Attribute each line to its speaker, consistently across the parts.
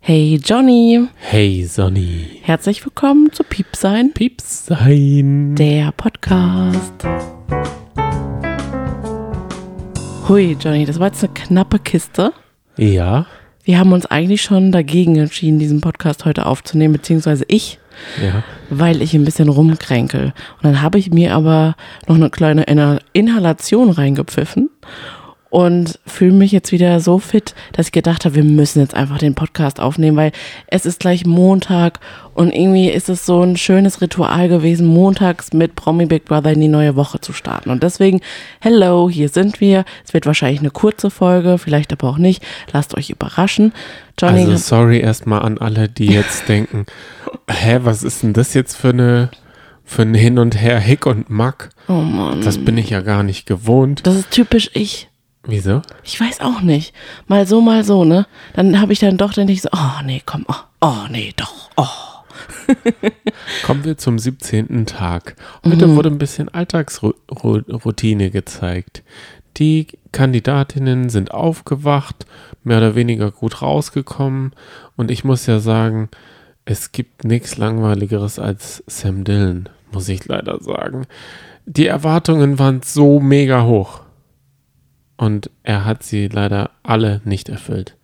Speaker 1: Hey Johnny,
Speaker 2: Hey Sonny.
Speaker 1: herzlich willkommen zu Piepsein,
Speaker 2: Pieps sein.
Speaker 1: der Podcast. Hui Johnny, das war jetzt eine knappe Kiste.
Speaker 2: Ja.
Speaker 1: Wir haben uns eigentlich schon dagegen entschieden, diesen Podcast heute aufzunehmen, beziehungsweise ich,
Speaker 2: Ja.
Speaker 1: weil ich ein bisschen rumkränkel. Und dann habe ich mir aber noch eine kleine Inha- Inhalation reingepfiffen und fühle mich jetzt wieder so fit, dass ich gedacht habe, wir müssen jetzt einfach den Podcast aufnehmen, weil es ist gleich Montag und irgendwie ist es so ein schönes Ritual gewesen, montags mit Promi Big Brother in die neue Woche zu starten. Und deswegen, hello, hier sind wir. Es wird wahrscheinlich eine kurze Folge, vielleicht aber auch nicht. Lasst euch überraschen. Johnny,
Speaker 2: Also sorry erstmal an alle, die jetzt denken, hä, was ist denn das jetzt für eine für ein Hin und Her Hick und Mack?
Speaker 1: oh Mann,
Speaker 2: Das bin ich ja gar nicht gewohnt.
Speaker 1: das ist typisch ich.
Speaker 2: Wieso?
Speaker 1: Ich weiß auch nicht. Mal so, mal so, ne? Dann habe ich dann doch, dann ich so, oh nee, komm, oh, oh nee, doch, oh.
Speaker 2: Kommen wir zum 17. Tag. Heute wurde ein bisschen Alltagsroutine gezeigt. Die Kandidatinnen sind aufgewacht, mehr oder weniger gut rausgekommen. Und ich muss ja sagen, es gibt nichts Langweiligeres als Sam Dillon, muss ich leider sagen. Die Erwartungen waren so mega hoch. Und er hat sie leider alle nicht erfüllt.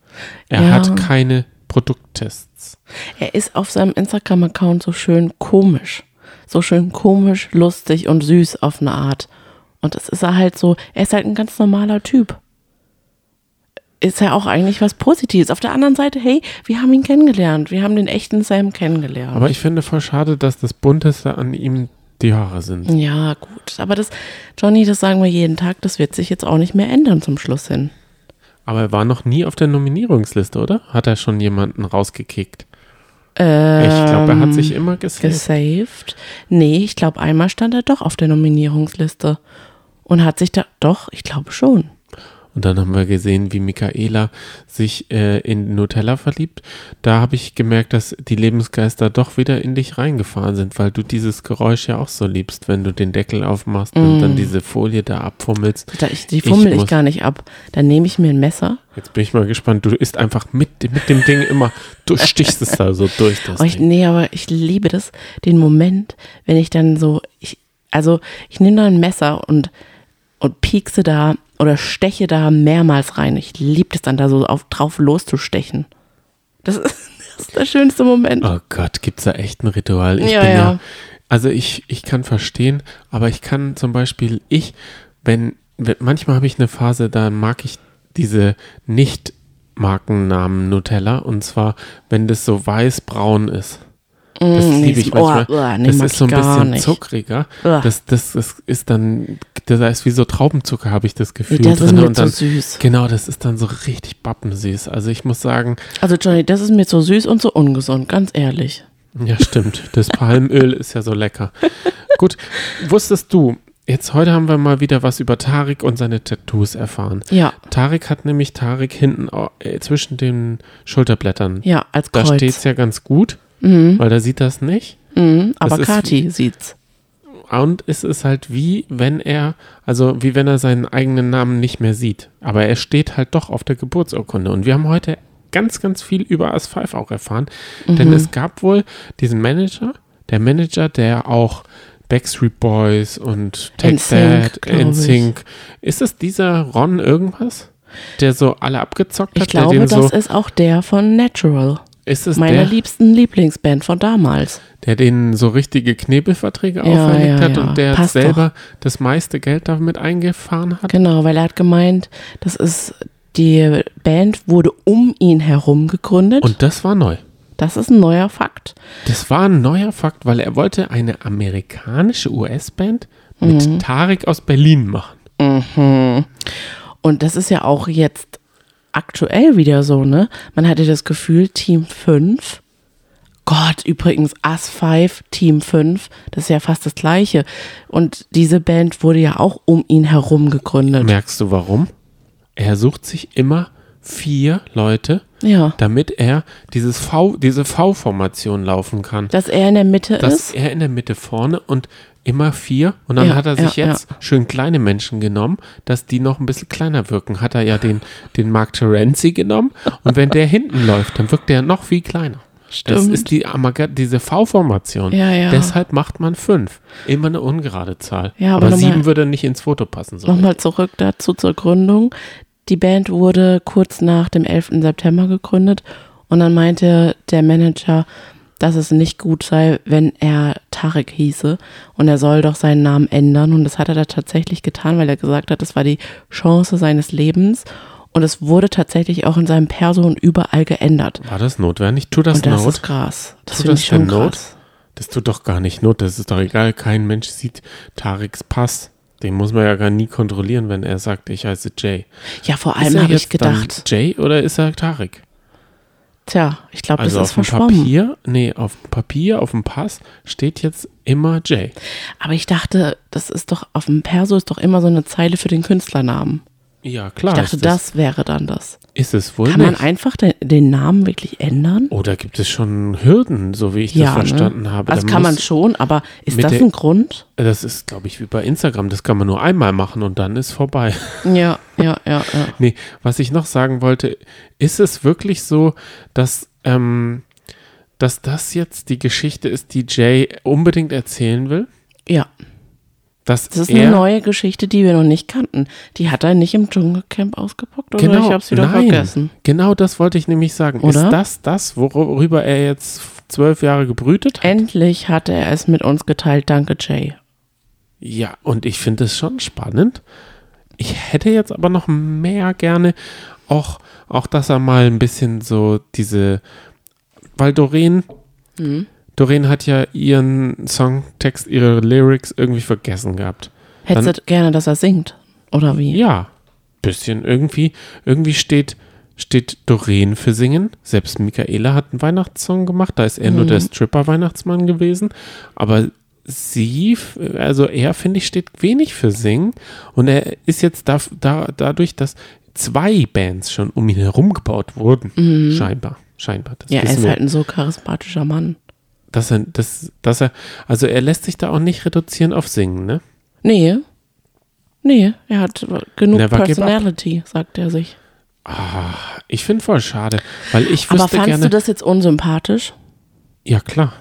Speaker 2: Er
Speaker 1: Ja.
Speaker 2: hat keine Produkttests.
Speaker 1: Er ist auf seinem Instagram-Account so schön komisch. So schön komisch, lustig und süß auf eine Art. Und das ist er halt so, er ist halt ein ganz normaler Typ. Ist ja auch eigentlich was Positives. Auf der anderen Seite, hey, wir haben ihn kennengelernt. Wir haben den echten Sam kennengelernt.
Speaker 2: Aber ich finde voll schade, dass das Bunteste an ihm die Haare sind.
Speaker 1: ja, gut. Aber das, Johnny, das sagen wir jeden Tag, das wird sich jetzt auch nicht mehr ändern zum Schluss hin.
Speaker 2: Aber er war noch nie auf der Nominierungsliste, oder? Hat er schon jemanden rausgekickt? ich glaube, er hat sich
Speaker 1: Ähm,
Speaker 2: immer gesaved.
Speaker 1: gesaved. Nee, ich glaube, einmal stand er doch auf der Nominierungsliste. Und hat sich da. Doch, ich glaube schon.
Speaker 2: Und dann haben wir gesehen, wie Michaela sich äh, in Nutella verliebt. Da habe ich gemerkt, dass die Lebensgeister doch wieder in dich reingefahren sind, weil du dieses Geräusch ja auch so liebst, wenn du den Deckel aufmachst und dann diese Folie da abfummelst.
Speaker 1: Mm. Da, ich, die
Speaker 2: Ich
Speaker 1: fummel ich,
Speaker 2: muss-
Speaker 1: gar nicht ab. Dann nehme ich mir ein Messer.
Speaker 2: Jetzt bin ich mal gespannt. Du isst einfach mit, mit dem Ding immer, du stichst es da so durch das
Speaker 1: Oh, ich,
Speaker 2: Ding.
Speaker 1: nee, aber ich liebe das, den Moment, wenn ich dann so. Ich, also, ich nehme da ein Messer und, und piekse da oder steche da mehrmals rein. Ich liebe das dann da so auf, drauf loszustechen. Das ist, das ist der schönste Moment.
Speaker 2: Oh Gott, gibt's da echt ein Ritual? Ich
Speaker 1: Ja,
Speaker 2: bin ja.
Speaker 1: ja.
Speaker 2: Also ich, ich kann verstehen, aber ich kann zum Beispiel, ich, wenn, wenn manchmal habe ich eine Phase, da mag ich diese nicht Markennamen Nutella und zwar, wenn das so weiß-braun ist. Das
Speaker 1: nee,
Speaker 2: liebe
Speaker 1: ist-
Speaker 2: ich
Speaker 1: oh,
Speaker 2: manchmal.
Speaker 1: oh, nee,
Speaker 2: das
Speaker 1: mag
Speaker 2: ist so ein
Speaker 1: ich gar
Speaker 2: bisschen
Speaker 1: nicht. Ah.
Speaker 2: zuckriger.
Speaker 1: Ugh.
Speaker 2: Das, das, das ist dann, das ist wie so Traubenzucker, habe ich das Gefühl.
Speaker 1: Nee, das ist
Speaker 2: drin.
Speaker 1: mir
Speaker 2: und dann,
Speaker 1: zu süß.
Speaker 2: Genau, das ist dann so richtig bappensüß. Also ich muss sagen,
Speaker 1: Also Johnny, das ist mir zu süß und zu ungesund, ganz ehrlich.
Speaker 2: Ja, stimmt. Das Palmöl ist ja so lecker. Gut, wusstest du, jetzt heute haben wir mal wieder was über Tarek und seine Tattoos erfahren.
Speaker 1: Ja,
Speaker 2: Tarek hat nämlich Tarek hinten au- äh, zwischen den Schulterblättern.
Speaker 1: ja, als
Speaker 2: Da
Speaker 1: Kreuz.
Speaker 2: steht es ja ganz gut, weil da sieht das nicht.
Speaker 1: mhm, aber
Speaker 2: Das ist-
Speaker 1: Kati sieht's.
Speaker 2: Und es ist halt wie, wenn er, also wie wenn er seinen eigenen Namen nicht mehr sieht. Aber er steht halt doch auf der Geburtsurkunde. Und wir haben heute ganz, ganz viel über AS5 auch erfahren.
Speaker 1: Mhm.
Speaker 2: Denn es gab wohl diesen Manager, der Manager, der auch Backstreet Boys und Take
Speaker 1: NSYNC,
Speaker 2: That,
Speaker 1: glaub ich.
Speaker 2: NSYNC. Ist es dieser Ron irgendwas? Der so alle abgezockt hat?
Speaker 1: Ich glaube,
Speaker 2: der den
Speaker 1: das
Speaker 2: so,
Speaker 1: ist auch der von Natural,
Speaker 2: ist es
Speaker 1: meiner
Speaker 2: der?
Speaker 1: liebsten Lieblingsband von damals.
Speaker 2: der denen so richtige Knebelverträge
Speaker 1: Ja, ja,
Speaker 2: auferlegt hat
Speaker 1: ja.
Speaker 2: und der
Speaker 1: Passt
Speaker 2: selber das meiste Geld damit eingefahren hat.
Speaker 1: Genau, weil er hat gemeint, das ist die Band wurde um ihn herum gegründet.
Speaker 2: Und das war neu.
Speaker 1: das ist ein neuer Fakt.
Speaker 2: Das war ein neuer Fakt, weil er wollte eine amerikanische US-Band mit
Speaker 1: Mhm.
Speaker 2: Tarek aus Berlin machen.
Speaker 1: Und das ist ja auch jetzt aktuell wieder so, ne? Man hatte das Gefühl, Team 5. Gott, übrigens, As 5, Team 5, das ist ja fast das gleiche. Und diese Band wurde ja auch um ihn herum gegründet.
Speaker 2: Merkst du warum? Er sucht sich immer vier Leute,
Speaker 1: Ja.
Speaker 2: damit er dieses V, diese V-Formation laufen kann.
Speaker 1: Dass er in der Mitte
Speaker 2: Dass
Speaker 1: ist.
Speaker 2: er in der Mitte vorne und immer vier. Und dann
Speaker 1: Ja,
Speaker 2: hat er sich
Speaker 1: ja, ja.
Speaker 2: jetzt schön kleine Menschen genommen, dass die noch ein bisschen kleiner wirken. Hat er ja den, den Mark Terenzi genommen. Und wenn der hinten läuft, dann wirkt der noch viel kleiner. Das
Speaker 1: Stimmt.
Speaker 2: ist die, Amaga- diese V-Formation.
Speaker 1: Ja, ja.
Speaker 2: Deshalb macht man fünf. Immer eine ungerade Zahl.
Speaker 1: Ja, aber
Speaker 2: aber
Speaker 1: noch mal-
Speaker 2: sieben würde nicht ins Foto passen. So
Speaker 1: Nochmal zurück dazu zur Gründung. Die Band wurde kurz nach dem 11. September gegründet und dann meinte der Manager, dass es nicht gut sei, wenn er Tarek hieße und er soll doch seinen Namen ändern und das hat er da tatsächlich getan, weil er gesagt hat, das war die Chance seines Lebens und es wurde tatsächlich auch in seinem Person überall geändert.
Speaker 2: War das notwendig? Tu das
Speaker 1: und das
Speaker 2: Not?
Speaker 1: ist krass. Das
Speaker 2: Tut
Speaker 1: finde
Speaker 2: das
Speaker 1: ich schon
Speaker 2: denn Not?
Speaker 1: krass.
Speaker 2: Das tut doch gar nicht Not. Das ist doch egal. Kein Mensch sieht Tariks Pass. Den muss man ja gar nie kontrollieren, wenn er sagt, ich heiße Jay.
Speaker 1: Ja, vor
Speaker 2: Ist
Speaker 1: allem
Speaker 2: er
Speaker 1: habe ich
Speaker 2: jetzt dann
Speaker 1: gedacht,
Speaker 2: Jay oder ist er Tarik?
Speaker 1: tja, ich glaube,
Speaker 2: Also
Speaker 1: das ist
Speaker 2: auf dem
Speaker 1: verschwommen.
Speaker 2: Papier, nee, auf dem Papier, auf dem Pass steht jetzt immer Jay.
Speaker 1: Aber ich dachte, das ist doch auf dem Perso ist doch immer so eine Zeile für den Künstlernamen.
Speaker 2: Ja, klar.
Speaker 1: ich dachte,
Speaker 2: Ah, ist es-
Speaker 1: das wäre dann das.
Speaker 2: ist es wohl
Speaker 1: Kann man
Speaker 2: nicht. Oh,
Speaker 1: einfach den, den Namen wirklich ändern?
Speaker 2: Oder gibt es schon Hürden, so wie ich das
Speaker 1: ja,
Speaker 2: verstanden
Speaker 1: ne?
Speaker 2: habe?
Speaker 1: Also
Speaker 2: Da
Speaker 1: kann man
Speaker 2: muss-
Speaker 1: schon, aber ist
Speaker 2: mit
Speaker 1: das
Speaker 2: der-
Speaker 1: ein Grund?
Speaker 2: Das ist, glaube ich, wie bei Instagram. Das kann man nur einmal machen und dann ist vorbei.
Speaker 1: Ja, ja, ja, ja.
Speaker 2: Nee, was ich noch sagen wollte, ist es wirklich so, dass, ähm, dass das jetzt die Geschichte ist, die Jay unbedingt erzählen will?
Speaker 1: Ja,
Speaker 2: Dass
Speaker 1: das ist
Speaker 2: er,
Speaker 1: eine neue Geschichte, die wir noch nicht kannten. Die hat er nicht im Dschungelcamp ausgepackt oder
Speaker 2: Genau,
Speaker 1: ich habe es wieder
Speaker 2: nein.
Speaker 1: vergessen.
Speaker 2: Genau das wollte ich nämlich sagen.
Speaker 1: Oder?
Speaker 2: Ist das das, worüber er jetzt zwölf Jahre gebrütet hat?
Speaker 1: Endlich hat er es mit uns geteilt. Danke, Jay.
Speaker 2: Ja, und ich finde es schon spannend. Ich hätte jetzt aber noch mehr gerne auch, auch dass er mal ein bisschen so diese, weil Doreen, Doreen hat ja ihren Songtext, ihre Lyrics irgendwie vergessen gehabt.
Speaker 1: Hättest
Speaker 2: Dann-
Speaker 1: du gerne, dass er singt? Oder wie?
Speaker 2: Ja, bisschen irgendwie, irgendwie steht, steht Doreen für Singen. Selbst Michaela hat einen Weihnachtssong gemacht, da ist er
Speaker 1: Mhm.
Speaker 2: nur der Stripper-Weihnachtsmann gewesen. Aber sie, f- also er, finde ich, steht wenig für Singen. Und er ist jetzt da, da, dadurch, dass zwei Bands schon um ihn herum gebaut wurden, scheinbar. Scheinbar. Das
Speaker 1: Mhm. Ja, er
Speaker 2: wissen
Speaker 1: ist
Speaker 2: wir.
Speaker 1: halt ein so charismatischer Mann.
Speaker 2: dass er, dass, dass er, also er lässt sich da auch nicht reduzieren auf Singen, ne?
Speaker 1: Nee. Nee, er hat genug
Speaker 2: Never give up.
Speaker 1: Personality, sagt er sich.
Speaker 2: Ich finde voll schade, weil ich
Speaker 1: Aber
Speaker 2: wüsste
Speaker 1: fandst
Speaker 2: gerne.
Speaker 1: du das jetzt unsympathisch,
Speaker 2: ja, klar.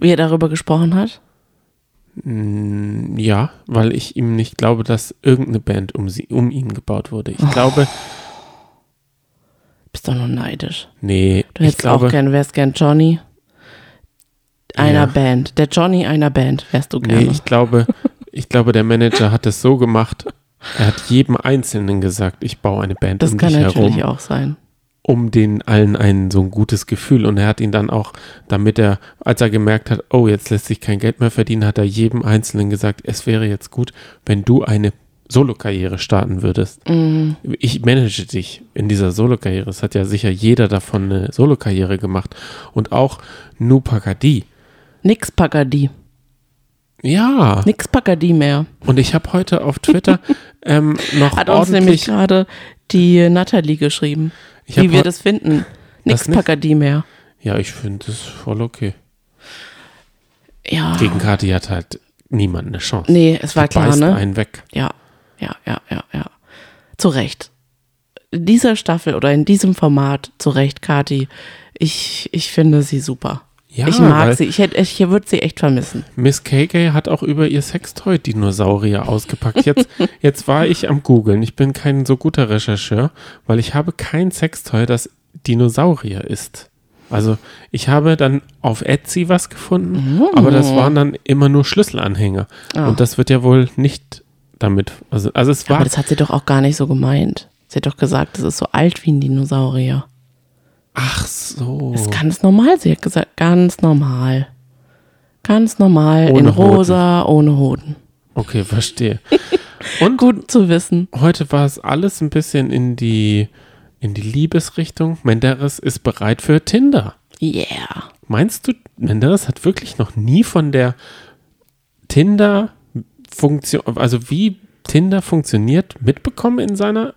Speaker 1: wie er darüber gesprochen hat?
Speaker 2: Ja, weil ich ihm nicht glaube, dass irgendeine Band um, sie, um ihn gebaut wurde.
Speaker 1: Oh.
Speaker 2: Ich glaube,
Speaker 1: Bist doch nur neidisch.
Speaker 2: nee,
Speaker 1: Du
Speaker 2: ich
Speaker 1: hättest auch
Speaker 2: glaube,
Speaker 1: gern, wärst gern Johnny einer
Speaker 2: Ja.
Speaker 1: Band. Der Johnny einer Band wärst du
Speaker 2: nee,
Speaker 1: gerne.
Speaker 2: ich um glaube, ich glaube, der Manager hat es so gemacht. Er hat jedem Einzelnen gesagt, ich baue eine Band
Speaker 1: das
Speaker 2: um
Speaker 1: kann
Speaker 2: dich
Speaker 1: natürlich
Speaker 2: herum,
Speaker 1: auch sein.
Speaker 2: um den allen ein so ein gutes Gefühl. Und er hat ihn dann auch, damit er, als er gemerkt hat, oh, jetzt lässt sich kein Geld mehr verdienen, hat er jedem Einzelnen gesagt, es wäre jetzt gut, wenn du eine Solo-Karriere starten würdest.
Speaker 1: Mhm.
Speaker 2: ich manage dich in dieser Solo-Karriere. Es hat ja sicher jeder davon eine Solo-Karriere gemacht. Und auch Nupakadi.
Speaker 1: Nix Pagadi.
Speaker 2: Ja.
Speaker 1: Nix Pagadi mehr.
Speaker 2: Und ich habe heute auf Twitter ähm, noch
Speaker 1: Hat uns nämlich
Speaker 2: ordentlich.
Speaker 1: gerade die Natalie geschrieben,
Speaker 2: Ich hab
Speaker 1: wie wir
Speaker 2: heu-
Speaker 1: das finden. Nix
Speaker 2: nicht?
Speaker 1: Pagadi mehr.
Speaker 2: ja, ich finde es voll okay.
Speaker 1: Ja.
Speaker 2: Gegen Kati hat halt niemand eine Chance.
Speaker 1: Nee, es war
Speaker 2: Die
Speaker 1: klar,
Speaker 2: beißt
Speaker 1: ne?
Speaker 2: einen weg.
Speaker 1: Ja, ja, ja, ja, ja. Zu Recht. In dieser Staffel oder in diesem Format, zu Recht, Kati. Ich, ich finde sie super.
Speaker 2: Ja,
Speaker 1: ich mag
Speaker 2: weil-
Speaker 1: sie. Ich, hätte, ich würde sie echt vermissen.
Speaker 2: Miss KK hat auch über ihr Sextoy-Dinosaurier ausgepackt. Jetzt, jetzt war ich am Googeln. Ich bin kein so guter Rechercheur, weil ich habe kein Sextoy, das Dinosaurier ist. Also ich habe dann auf Etsy was gefunden,
Speaker 1: Oh.
Speaker 2: aber das waren dann immer nur Schlüsselanhänger. Und das wird ja wohl nicht damit. Also, also es war.
Speaker 1: Ah. Aber das hat sie doch auch gar nicht so gemeint. Sie hat doch gesagt, das ist so alt wie ein Dinosaurier.
Speaker 2: ach so.
Speaker 1: Das ist ganz normal. Sie hat gesagt, ganz normal. Ganz normal, in
Speaker 2: Ohne Hoden.
Speaker 1: rosa, ohne Hoden.
Speaker 2: Okay, verstehe. Und
Speaker 1: Gut zu wissen.
Speaker 2: heute war es alles ein bisschen in die, in die Liebesrichtung. Menderes ist bereit für Tinder.
Speaker 1: Yeah.
Speaker 2: Meinst du, Menderes hat wirklich noch nie von der Tinder-Funktion, also wie Tinder funktioniert, mitbekommen in seiner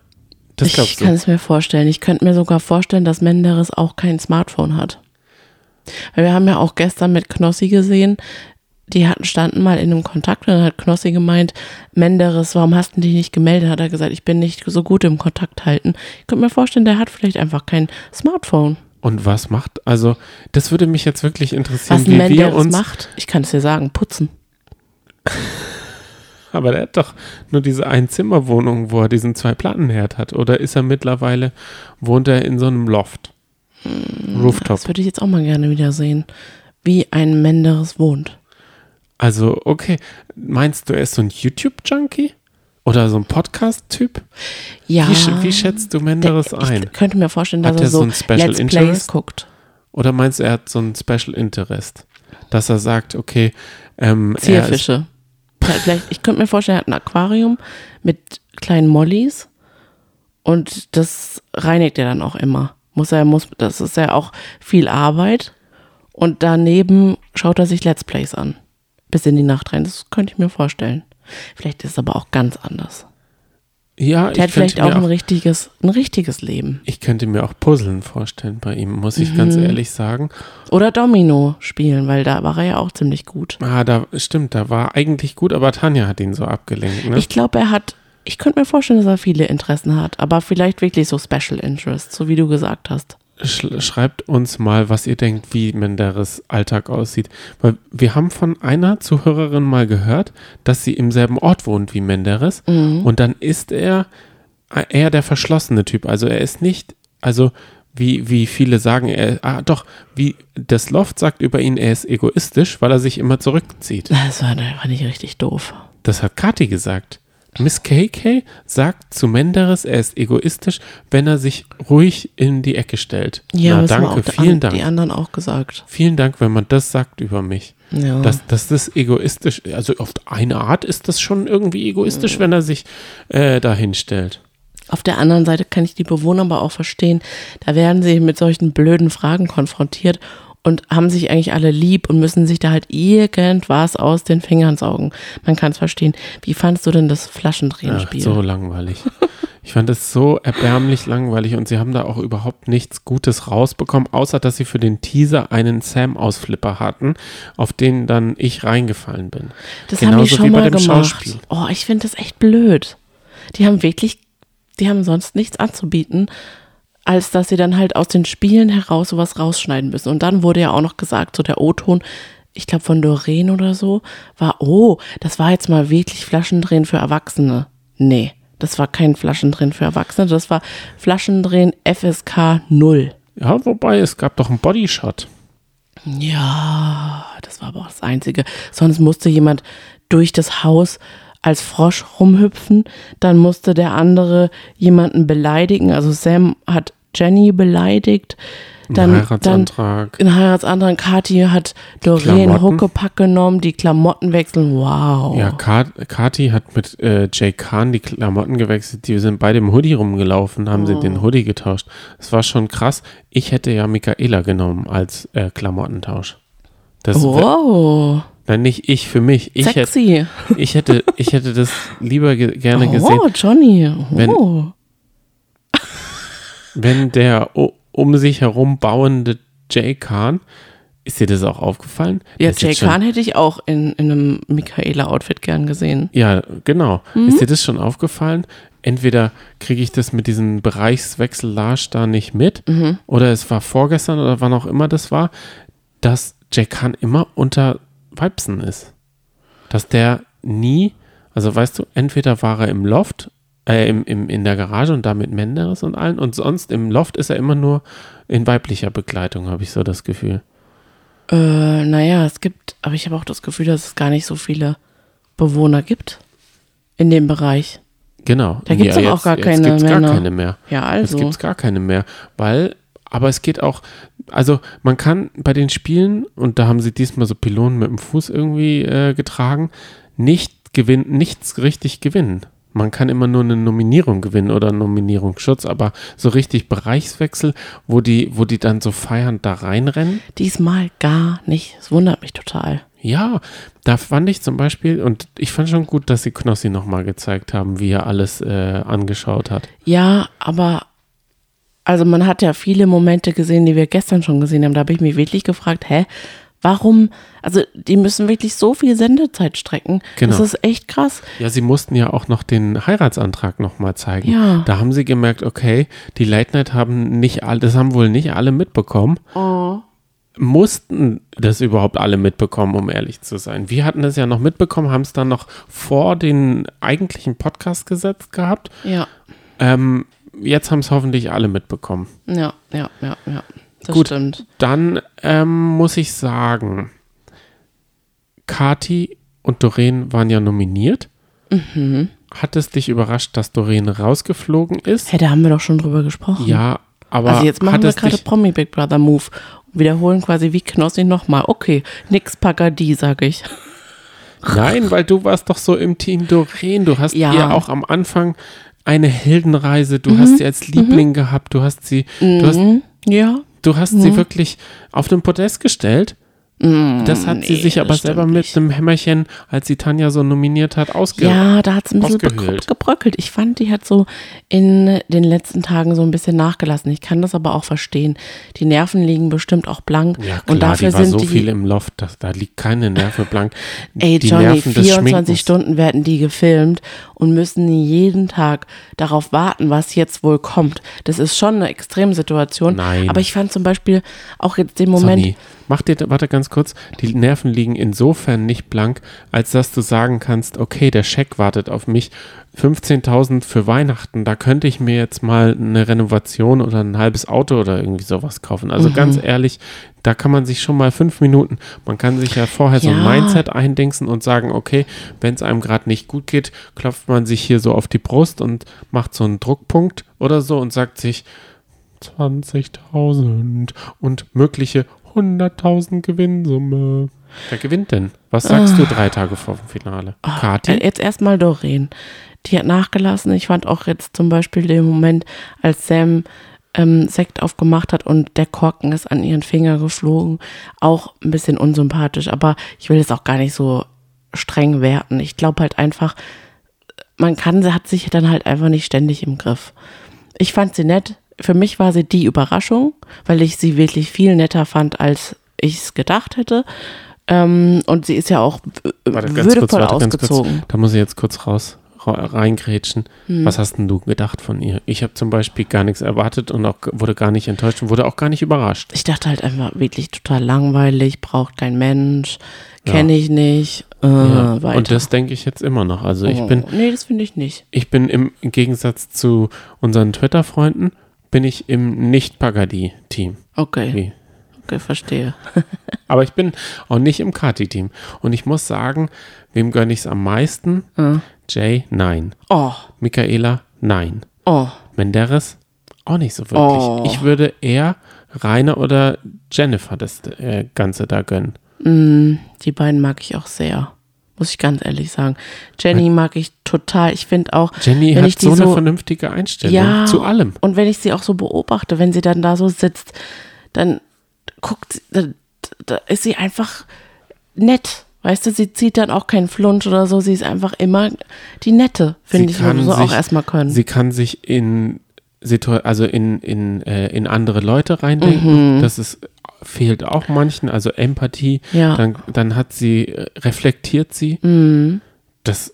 Speaker 2: Das
Speaker 1: ich
Speaker 2: glaubst
Speaker 1: kann
Speaker 2: du.
Speaker 1: es mir vorstellen. Ich könnte mir sogar vorstellen, dass Menderes auch kein Smartphone hat. Weil wir haben ja auch gestern mit Knossi gesehen, die hatten standen mal in einem Kontakt und dann hat Knossi gemeint, Menderes, warum hast du dich nicht gemeldet? Hat er gesagt, ich bin nicht so gut im Kontakt halten. Ich könnte mir vorstellen, der hat vielleicht einfach kein Smartphone.
Speaker 2: Und was macht, also, das würde mich jetzt wirklich interessieren,
Speaker 1: Was ein
Speaker 2: wie wir
Speaker 1: Menderes
Speaker 2: uns.
Speaker 1: macht, ich kann es dir sagen, putzen.
Speaker 2: Aber der hat doch nur diese Einzimmerwohnung, wo er diesen zwei Plattenherd hat. Oder ist er mittlerweile, wohnt er in so einem Loft?
Speaker 1: Hm,
Speaker 2: Rooftop.
Speaker 1: Das würde ich jetzt auch mal gerne wieder sehen, wie ein Menderes wohnt.
Speaker 2: Also, okay. Meinst du, er ist so ein YouTube-Junkie? Oder so ein Podcast-Typ?
Speaker 1: Ja,
Speaker 2: Wie, sch- wie schätzt du Menderes
Speaker 1: der,
Speaker 2: ein?
Speaker 1: ich könnte mir vorstellen,
Speaker 2: Hat
Speaker 1: dass
Speaker 2: der
Speaker 1: er so,
Speaker 2: so ein Special
Speaker 1: Let's Plays
Speaker 2: Interest?
Speaker 1: guckt.
Speaker 2: Oder meinst du, er hat so ein Special Interest? Dass er sagt, okay, ähm, er ist,
Speaker 1: Zierfische. Vielleicht, ich könnte mir vorstellen, er hat ein Aquarium mit kleinen Mollys und das reinigt er dann auch immer. Muss er, muss, das ist ja auch viel Arbeit. Und daneben schaut er sich Let's Plays an. Bis in die Nacht rein. Das könnte ich mir vorstellen. Vielleicht ist es aber auch ganz anders.
Speaker 2: ja,
Speaker 1: Der
Speaker 2: ich
Speaker 1: hat vielleicht
Speaker 2: könnte
Speaker 1: auch
Speaker 2: mir
Speaker 1: ein richtiges, ein richtiges Leben.
Speaker 2: Ich könnte mir auch Puzzeln vorstellen bei ihm, muss ich ganz
Speaker 1: Mhm.
Speaker 2: ehrlich sagen.
Speaker 1: Oder Domino spielen, weil da war er ja auch ziemlich gut.
Speaker 2: Ah, da stimmt, da war eigentlich gut, aber Tanja hat ihn so abgelenkt. Ne?
Speaker 1: Ich glaube, er hat, ich könnte mir vorstellen, dass er viele Interessen hat, aber vielleicht wirklich so Special Interests, so wie du gesagt hast.
Speaker 2: Sch schreibt uns mal, was ihr denkt, wie Menderes Alltag aussieht. Weil wir haben von einer Zuhörerin mal gehört, dass sie im selben Ort wohnt wie Menderes.
Speaker 1: Mhm.
Speaker 2: Und dann ist er äh, eher der verschlossene Typ. Also er ist nicht, also wie, wie viele sagen, er, ah doch, wie das Loft sagt über ihn, er ist egoistisch, weil er sich immer zurückzieht.
Speaker 1: Das war, das fand ich richtig doof.
Speaker 2: Das hat Kathi gesagt. Miss KK sagt zu Menderes, er ist egoistisch, wenn er sich ruhig in die Ecke stellt. Na,
Speaker 1: das haben
Speaker 2: danke,
Speaker 1: auch die
Speaker 2: vielen
Speaker 1: an- die
Speaker 2: Dank.
Speaker 1: anderen auch gesagt.
Speaker 2: Vielen Dank, wenn man das sagt über mich.
Speaker 1: Ja.
Speaker 2: Dass, dass das egoistisch, also auf eine Art ist das schon irgendwie egoistisch, wenn er sich äh, dahin stellt.
Speaker 1: Auf der anderen Seite kann ich die Bewohner aber auch verstehen. Da werden sie mit solchen blöden Fragen konfrontiert und haben sich eigentlich alle lieb und müssen sich da halt irgendwas aus den Fingern saugen. Man kann es verstehen. Wie fandst du denn das
Speaker 2: Ach,
Speaker 1: Flaschendrehenspiel?
Speaker 2: so langweilig. Ich fand es so erbärmlich langweilig und sie haben da auch überhaupt nichts Gutes rausbekommen, außer dass sie für den Teaser einen Sam-Ausflipper hatten, auf den dann ich reingefallen bin.
Speaker 1: Das haben die schon mal gemacht.
Speaker 2: Schauspiel.
Speaker 1: Oh, ich finde das echt blöd. Die haben wirklich, die haben sonst nichts anzubieten, als dass sie dann halt aus den Spielen heraus sowas rausschneiden müssen. Und dann wurde ja auch noch gesagt, so der O-Ton, ich glaube von Doreen oder so, war, oh, das war jetzt mal wirklich Flaschendrehen für Erwachsene. Nee, das war kein Flaschendrehen für Erwachsene, das war Flaschendrehen FSK 0.
Speaker 2: Ja, wobei, es gab doch einen Bodyshot.
Speaker 1: Ja, das war aber auch das Einzige. Sonst musste jemand durch das Haus als Frosch rumhüpfen. Dann musste der andere jemanden beleidigen. Also Sam hat Jenny beleidigt. Dann,
Speaker 2: Ein Heiratsantrag.
Speaker 1: Dann, ein Heiratsantrag. Kathi hat Doreen
Speaker 2: Klamotten.
Speaker 1: Huckepack genommen, die Klamotten wechseln. Wow.
Speaker 2: ja, Kat, Kati hat mit äh, Jay Khan die Klamotten gewechselt. Die sind beide im Hoodie rumgelaufen, haben sie den Hoodie getauscht. Das war schon krass. Ich hätte ja Michaela genommen als äh, Klamottentausch. Das wär-
Speaker 1: wow.
Speaker 2: nein, nicht ich für mich. Ich, hätt,
Speaker 1: Sexy.
Speaker 2: ich, hätte, ich hätte das lieber ge gerne gesehen,
Speaker 1: Oh, Johnny.
Speaker 2: Wenn-
Speaker 1: Oh.
Speaker 2: wenn der o- um sich herum bauende Jay Khan, ist dir das auch aufgefallen?
Speaker 1: Ja,
Speaker 2: Der ist
Speaker 1: Jay
Speaker 2: jetzt schon-
Speaker 1: Khan hätte ich auch in, in einem Michaela-Outfit gern gesehen.
Speaker 2: Ja, genau.
Speaker 1: Mhm.
Speaker 2: Ist dir das schon aufgefallen? Entweder kriege ich das mit diesem Bereichswechselage da nicht mit,
Speaker 1: Mhm.
Speaker 2: oder es war vorgestern oder wann auch immer das war, dass Jack Hahn immer unter Weibsen ist. Dass der nie, also weißt du, entweder war er im Loft, äh, im, im, in der Garage und da mit Menderes und allen, und sonst im Loft ist er immer nur in weiblicher Begleitung, habe ich so das Gefühl.
Speaker 1: Äh, naja, es gibt, aber ich habe auch das Gefühl, dass es gar nicht so viele Bewohner gibt in dem Bereich.
Speaker 2: Genau.
Speaker 1: Da gibt's doch auch gar keine
Speaker 2: jetzt gibt's
Speaker 1: Männer.
Speaker 2: gar keine mehr.
Speaker 1: Ja,
Speaker 2: Jetzt
Speaker 1: also.
Speaker 2: gibt es gar keine mehr, weil, aber es geht auch, also man kann bei den Spielen, und da haben sie diesmal so Pylonen mit dem Fuß irgendwie äh, getragen, nicht gewinnen, nichts richtig gewinnen. Man kann immer nur eine Nominierung gewinnen oder einen Nominierungsschutz, aber so richtig Bereichswechsel, wo die, wo die dann so feiernd da reinrennen.
Speaker 1: Diesmal gar nicht. Es wundert mich total.
Speaker 2: Ja, da fand ich zum Beispiel, und ich fand schon gut, dass sie Knossi nochmal gezeigt haben, wie er alles äh, angeschaut hat.
Speaker 1: Ja, aber also man hat ja viele Momente gesehen, die wir gestern schon gesehen haben. Da habe ich mich wirklich gefragt, hä, warum? Also die müssen wirklich so viel Sendezeit strecken.
Speaker 2: Genau.
Speaker 1: Das ist echt krass.
Speaker 2: Ja, sie mussten ja auch noch den Heiratsantrag nochmal zeigen.
Speaker 1: Ja.
Speaker 2: Da haben sie gemerkt, okay, die Late Night haben nicht alle, das haben wohl nicht alle mitbekommen. Mussten das überhaupt alle mitbekommen, um ehrlich zu sein. Wir hatten das ja noch mitbekommen, haben es dann noch vor den eigentlichen Podcast gesetzt gehabt.
Speaker 1: Ja,
Speaker 2: Ähm, jetzt haben es hoffentlich alle mitbekommen.
Speaker 1: ja, ja, ja, ja. Das
Speaker 2: Gut.
Speaker 1: stimmt.
Speaker 2: Dann ähm, muss ich sagen, Kati und Doreen waren ja nominiert. Hat es dich überrascht, dass Doreen rausgeflogen ist?
Speaker 1: Hä, da haben wir doch schon drüber gesprochen.
Speaker 2: Ja, aber
Speaker 1: also jetzt machen
Speaker 2: hat
Speaker 1: wir
Speaker 2: es
Speaker 1: gerade
Speaker 2: dich,
Speaker 1: Promi Big Brother Move. Wiederholen quasi wie Knossi nochmal. Okay, nix Pagadi, sag ich.
Speaker 2: Nein, weil du warst doch so im Team Doreen. Du hast
Speaker 1: Ja.
Speaker 2: ihr auch am Anfang eine Heldenreise. Du
Speaker 1: Mhm.
Speaker 2: hast sie als Liebling gehabt. Du hast sie, du hast,
Speaker 1: Hm, ja,
Speaker 2: du hast
Speaker 1: Mhm.
Speaker 2: sie wirklich auf den Podest gestellt. Das hat sie
Speaker 1: nee,
Speaker 2: sich aber
Speaker 1: das
Speaker 2: selber
Speaker 1: stimmt
Speaker 2: mit
Speaker 1: nicht.
Speaker 2: einem Hämmerchen, als sie Tanja so nominiert hat, ausge
Speaker 1: Ja, da hat es ein bisschen
Speaker 2: Ausgehöhlt.
Speaker 1: bekrö- gebröckelt. Ich fand, die hat so in den letzten Tagen so ein bisschen nachgelassen. Ich kann das aber auch verstehen. Die Nerven liegen bestimmt auch blank.
Speaker 2: Ja, klar,
Speaker 1: und dafür
Speaker 2: die war
Speaker 1: sind
Speaker 2: so
Speaker 1: die,
Speaker 2: viel im Loft, dass, da liegt keine Nerve blank.
Speaker 1: ey
Speaker 2: die
Speaker 1: Johnny,
Speaker 2: Nerven des
Speaker 1: 24
Speaker 2: Schminkens.
Speaker 1: Stunden werden die gefilmt und müssen jeden Tag darauf warten, was jetzt wohl kommt. Das ist schon eine Extremsituation.
Speaker 2: Nein.
Speaker 1: Aber ich fand zum Beispiel auch jetzt den Moment,
Speaker 2: Sonny, mach dir, warte ganz kurz, die Nerven liegen insofern nicht blank, als dass du sagen kannst, okay, der Scheck wartet auf mich, 15.000 für Weihnachten, da könnte ich mir jetzt mal eine Renovation oder ein halbes Auto oder irgendwie sowas kaufen. Also
Speaker 1: Mhm.
Speaker 2: ganz ehrlich, da kann man sich schon mal fünf Minuten, man kann sich ja vorher so ein
Speaker 1: Ja.
Speaker 2: Mindset eindingsen und sagen, okay, wenn es einem gerade nicht gut geht, klopft man sich hier so auf die Brust und macht so einen Druckpunkt oder so und sagt sich, 20.000 und mögliche 100.000 Gewinnsumme. Wer gewinnt denn? Was sagst du drei Tage vor dem Finale? Kathi?
Speaker 1: Ah. Äh, Jetzt erstmal Doreen. Die hat nachgelassen. Ich fand auch jetzt zum Beispiel den Moment, als Sam ähm, Sekt aufgemacht hat und der Korken ist an ihren Finger geflogen, auch ein bisschen unsympathisch. Aber ich will es auch gar nicht so streng werten. Ich glaube halt einfach, man kann, sie hat sich dann halt einfach nicht ständig im Griff. Ich fand sie nett. Für mich war sie die Überraschung, weil ich sie wirklich viel netter fand, als ich es gedacht hätte. Ähm, und sie ist ja auch w- würdevoll ausgezogen. Hm.
Speaker 2: kurz. Da muss ich jetzt kurz raus ra- reingrätschen. Was hast denn du gedacht von ihr? Ich habe zum Beispiel gar nichts erwartet und auch, wurde gar nicht enttäuscht und wurde auch gar nicht überrascht.
Speaker 1: Ich dachte halt einfach wirklich total langweilig, braucht kein Mensch, kenne ich nicht, äh,
Speaker 2: Ja.
Speaker 1: weiter.
Speaker 2: Und das denke ich jetzt immer noch. Also ich
Speaker 1: Oh,
Speaker 2: bin,
Speaker 1: nee, das finde ich nicht.
Speaker 2: ich bin im Gegensatz zu unseren Twitter-Freunden, bin ich im Nicht-Pagadi-Team.
Speaker 1: Okay,
Speaker 2: Wie?
Speaker 1: okay, verstehe.
Speaker 2: Aber ich bin auch nicht im Kati-Team. Und ich muss sagen, wem gönne ich es am meisten?
Speaker 1: Ah.
Speaker 2: Jay, nein.
Speaker 1: Oh,
Speaker 2: Michaela, nein.
Speaker 1: oh,
Speaker 2: Menderes, auch nicht so wirklich.
Speaker 1: Oh.
Speaker 2: Ich würde eher Rainer oder Jennifer das äh, Ganze da gönnen.
Speaker 1: mm, die beiden mag ich auch sehr. Muss ich ganz ehrlich sagen. Jenny mag ich total. Ich finde auch,
Speaker 2: Jenny
Speaker 1: wenn ich
Speaker 2: hat
Speaker 1: die
Speaker 2: so eine
Speaker 1: so
Speaker 2: vernünftige Einstellung
Speaker 1: Ja.
Speaker 2: zu allem.
Speaker 1: Und wenn ich sie auch so beobachte, wenn sie dann da so sitzt, dann guckt, sie- da, da ist sie einfach nett. Weißt du, sie zieht dann auch keinen Flunsch oder so. Sie ist einfach immer die Nette, finde
Speaker 2: Sie
Speaker 1: ich, muss
Speaker 2: kann
Speaker 1: man so auch
Speaker 2: sich-
Speaker 1: erstmal können.
Speaker 2: Sie kann sich in Situa also in, in, äh, in andere Leute reindenken.
Speaker 1: Mhm.
Speaker 2: Das ist, fehlt auch manchen, also Empathie.
Speaker 1: Ja.
Speaker 2: Dann, dann hat sie, äh, reflektiert sie.
Speaker 1: Mhm.
Speaker 2: Das,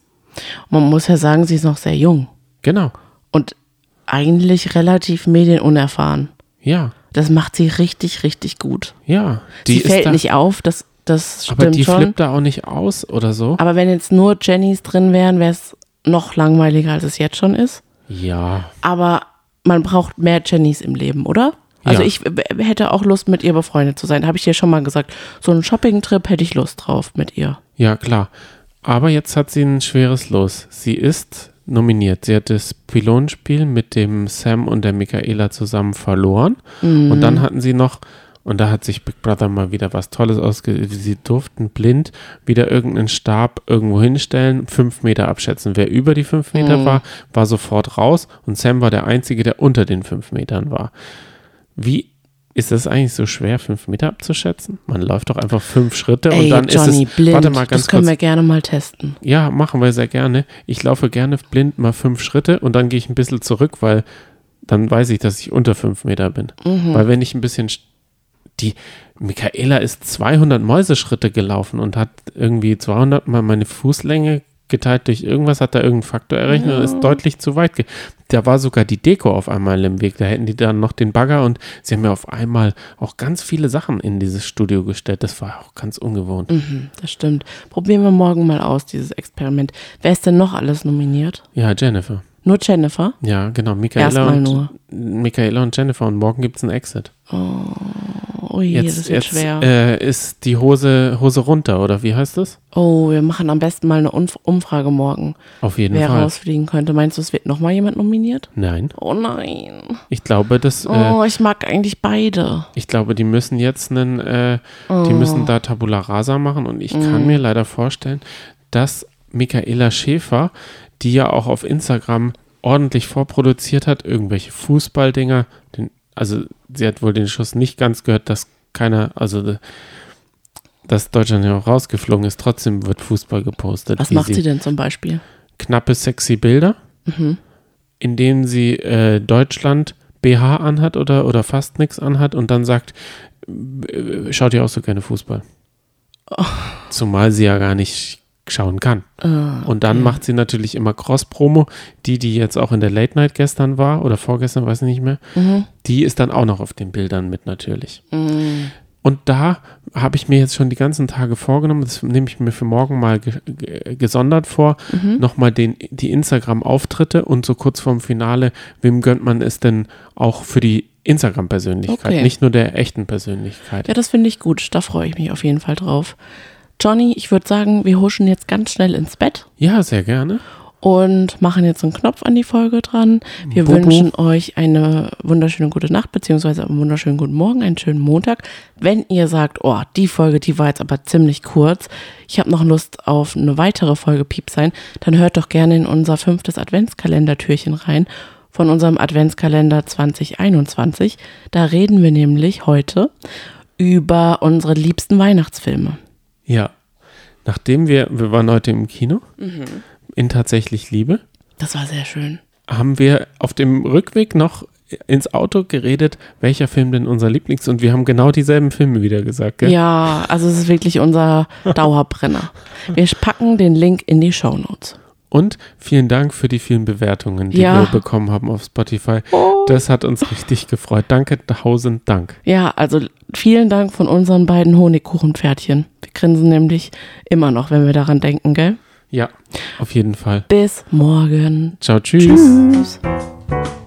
Speaker 1: man muss ja sagen, sie ist noch sehr jung
Speaker 2: genau.
Speaker 1: und eigentlich relativ medienunerfahren.
Speaker 2: Ja,
Speaker 1: Das macht sie richtig, richtig gut.
Speaker 2: ja.
Speaker 1: sie fällt
Speaker 2: da,
Speaker 1: nicht auf, das, das stimmt
Speaker 2: aber die
Speaker 1: schon. Ah.
Speaker 2: flippt da auch nicht aus oder so.
Speaker 1: Aber wenn jetzt nur Jennys drin wären, wäre es noch langweiliger, als es jetzt schon ist.
Speaker 2: Ja,
Speaker 1: aber man braucht mehr Jennys im Leben, oder? Also
Speaker 2: Ja.
Speaker 1: ich w- w- hätte auch Lust, mit ihr befreundet zu sein. Habe ich dir schon mal gesagt. So einen Shopping-Trip hätte ich Lust drauf mit ihr.
Speaker 2: ja, klar. Aber jetzt hat sie ein schweres Los. Sie ist nominiert. Sie hat das Pilonspiel mit dem Sam und der Michaela zusammen verloren.
Speaker 1: Mhm.
Speaker 2: Und dann hatten sie noch, und da hat sich Big Brother mal wieder was Tolles ausge... Sie durften blind wieder irgendeinen Stab irgendwo hinstellen, fünf Meter abschätzen. Wer über die fünf Meter
Speaker 1: Mhm.
Speaker 2: war, war sofort raus. Und Sam war der Einzige, der unter den fünf Metern war. Wie Ist das eigentlich so schwer, fünf Meter abzuschätzen? Man läuft doch einfach fünf Schritte
Speaker 1: Ey,
Speaker 2: und dann
Speaker 1: Johnny,
Speaker 2: ist es.
Speaker 1: blind.
Speaker 2: Warte mal ganz
Speaker 1: das können
Speaker 2: kurz.
Speaker 1: wir gerne mal testen.
Speaker 2: Ja, machen wir sehr gerne. Ich laufe gerne blind mal fünf Schritte und dann gehe ich ein bisschen zurück, weil dann weiß ich, dass ich unter fünf Meter bin.
Speaker 1: Mhm.
Speaker 2: Weil wenn ich ein bisschen. sch- Die Michaela ist 200 Mäuseschritte gelaufen und hat irgendwie 200 mal meine Fußlänge geteilt durch irgendwas, hat da irgendeinen Faktor errechnet und ist deutlich zu weit. Ge da war sogar die Deko auf einmal im Weg. Da hätten die dann noch den Bagger und sie haben ja auf einmal auch ganz viele Sachen in dieses Studio gestellt. Das war auch ganz ungewohnt.
Speaker 1: Mhm, das stimmt. Probieren wir morgen mal aus, dieses Experiment. Wer ist denn noch alles nominiert?
Speaker 2: Ja, Jennifer.
Speaker 1: Nur Jennifer?
Speaker 2: Ja, genau. Michaela
Speaker 1: Erstmal
Speaker 2: und,
Speaker 1: nur.
Speaker 2: Michaela und Jennifer und morgen gibt's einen Exit.
Speaker 1: Oh je, das ist jetzt schwer.
Speaker 2: Äh, ist die Hose, Hose runter, oder wie heißt das?
Speaker 1: oh, wir machen am besten mal eine Umf Umfrage morgen.
Speaker 2: Auf jeden
Speaker 1: Wer
Speaker 2: Fall.
Speaker 1: rausfliegen könnte. Meinst du, es wird nochmal jemand nominiert?
Speaker 2: Nein.
Speaker 1: Oh nein.
Speaker 2: Ich glaube, das, äh,
Speaker 1: Oh, ich mag eigentlich beide.
Speaker 2: ich glaube, die müssen jetzt einen, äh,
Speaker 1: Oh.
Speaker 2: die müssen da Tabula Rasa machen und ich kann
Speaker 1: Mhm.
Speaker 2: mir leider vorstellen, dass Michaela Schäfer, die ja auch auf Instagram ordentlich vorproduziert hat, irgendwelche Fußballdinger, den, also sie hat wohl den Schuss nicht ganz gehört, dass keiner, also dass Deutschland ja auch rausgeflogen ist, trotzdem wird Fußball gepostet.
Speaker 1: Was
Speaker 2: wie
Speaker 1: macht sie denn zum Beispiel?
Speaker 2: knappe, sexy Bilder, in denen sie äh, Deutschland BH anhat oder, oder fast nichts anhat und dann sagt, äh, schaut ihr auch so gerne Fußball. Zumal sie ja gar nicht schauen kann.
Speaker 1: Äh,
Speaker 2: und dann macht sie natürlich immer Cross-Promo. Die, die jetzt auch in der Late Night gestern war oder vorgestern, weiß ich nicht mehr, die ist dann auch noch auf den Bildern mit natürlich. Mm. Und da habe ich mir jetzt schon die ganzen Tage vorgenommen, das nehme ich mir für morgen mal ge ge gesondert vor,
Speaker 1: Mhm.
Speaker 2: nochmal den, die Instagram-Auftritte und so kurz vorm Finale, wem gönnt man es denn auch für die Instagram-Persönlichkeit,
Speaker 1: Okay.
Speaker 2: nicht nur der echten Persönlichkeit.
Speaker 1: Ja, das finde ich gut. Da freue ich mich auf jeden Fall drauf. Johnny, ich würde sagen, wir huschen jetzt ganz schnell ins Bett.
Speaker 2: Ja, sehr gerne.
Speaker 1: und machen jetzt einen Knopf an die Folge dran. Wir
Speaker 2: Bubu.
Speaker 1: wünschen euch eine wunderschöne gute Nacht, beziehungsweise einen wunderschönen guten Morgen, einen schönen Montag. Wenn ihr sagt, oh, die Folge, die war jetzt aber ziemlich kurz, ich habe noch Lust auf eine weitere Folge Piep sein, dann hört doch gerne in unser fünftes Adventskalendertürchen rein von unserem Adventskalender 2021. Da reden wir nämlich heute über unsere liebsten Weihnachtsfilme.
Speaker 2: Ja. Nachdem wir, wir waren heute im Kino, in Tatsächlich Liebe,
Speaker 1: Das war sehr schön.
Speaker 2: haben wir auf dem Rückweg noch ins Auto geredet, welcher Film denn unser Lieblings- und wir haben genau dieselben Filme wieder gesagt, gell?
Speaker 1: Ja, also es ist wirklich unser Dauerbrenner. Wir packen den Link in die Shownotes.
Speaker 2: Und vielen Dank für die vielen Bewertungen, die
Speaker 1: Ja.
Speaker 2: wir bekommen haben auf Spotify. Das hat uns richtig gefreut. Danke, tausend Dank.
Speaker 1: Ja, also vielen Dank von unseren beiden Honigkuchenpferdchen. Wir grinsen nämlich immer noch, wenn wir daran denken, gell?
Speaker 2: Ja, auf jeden Fall.
Speaker 1: Bis morgen.
Speaker 2: Ciao, tschüss.
Speaker 1: Tschüss.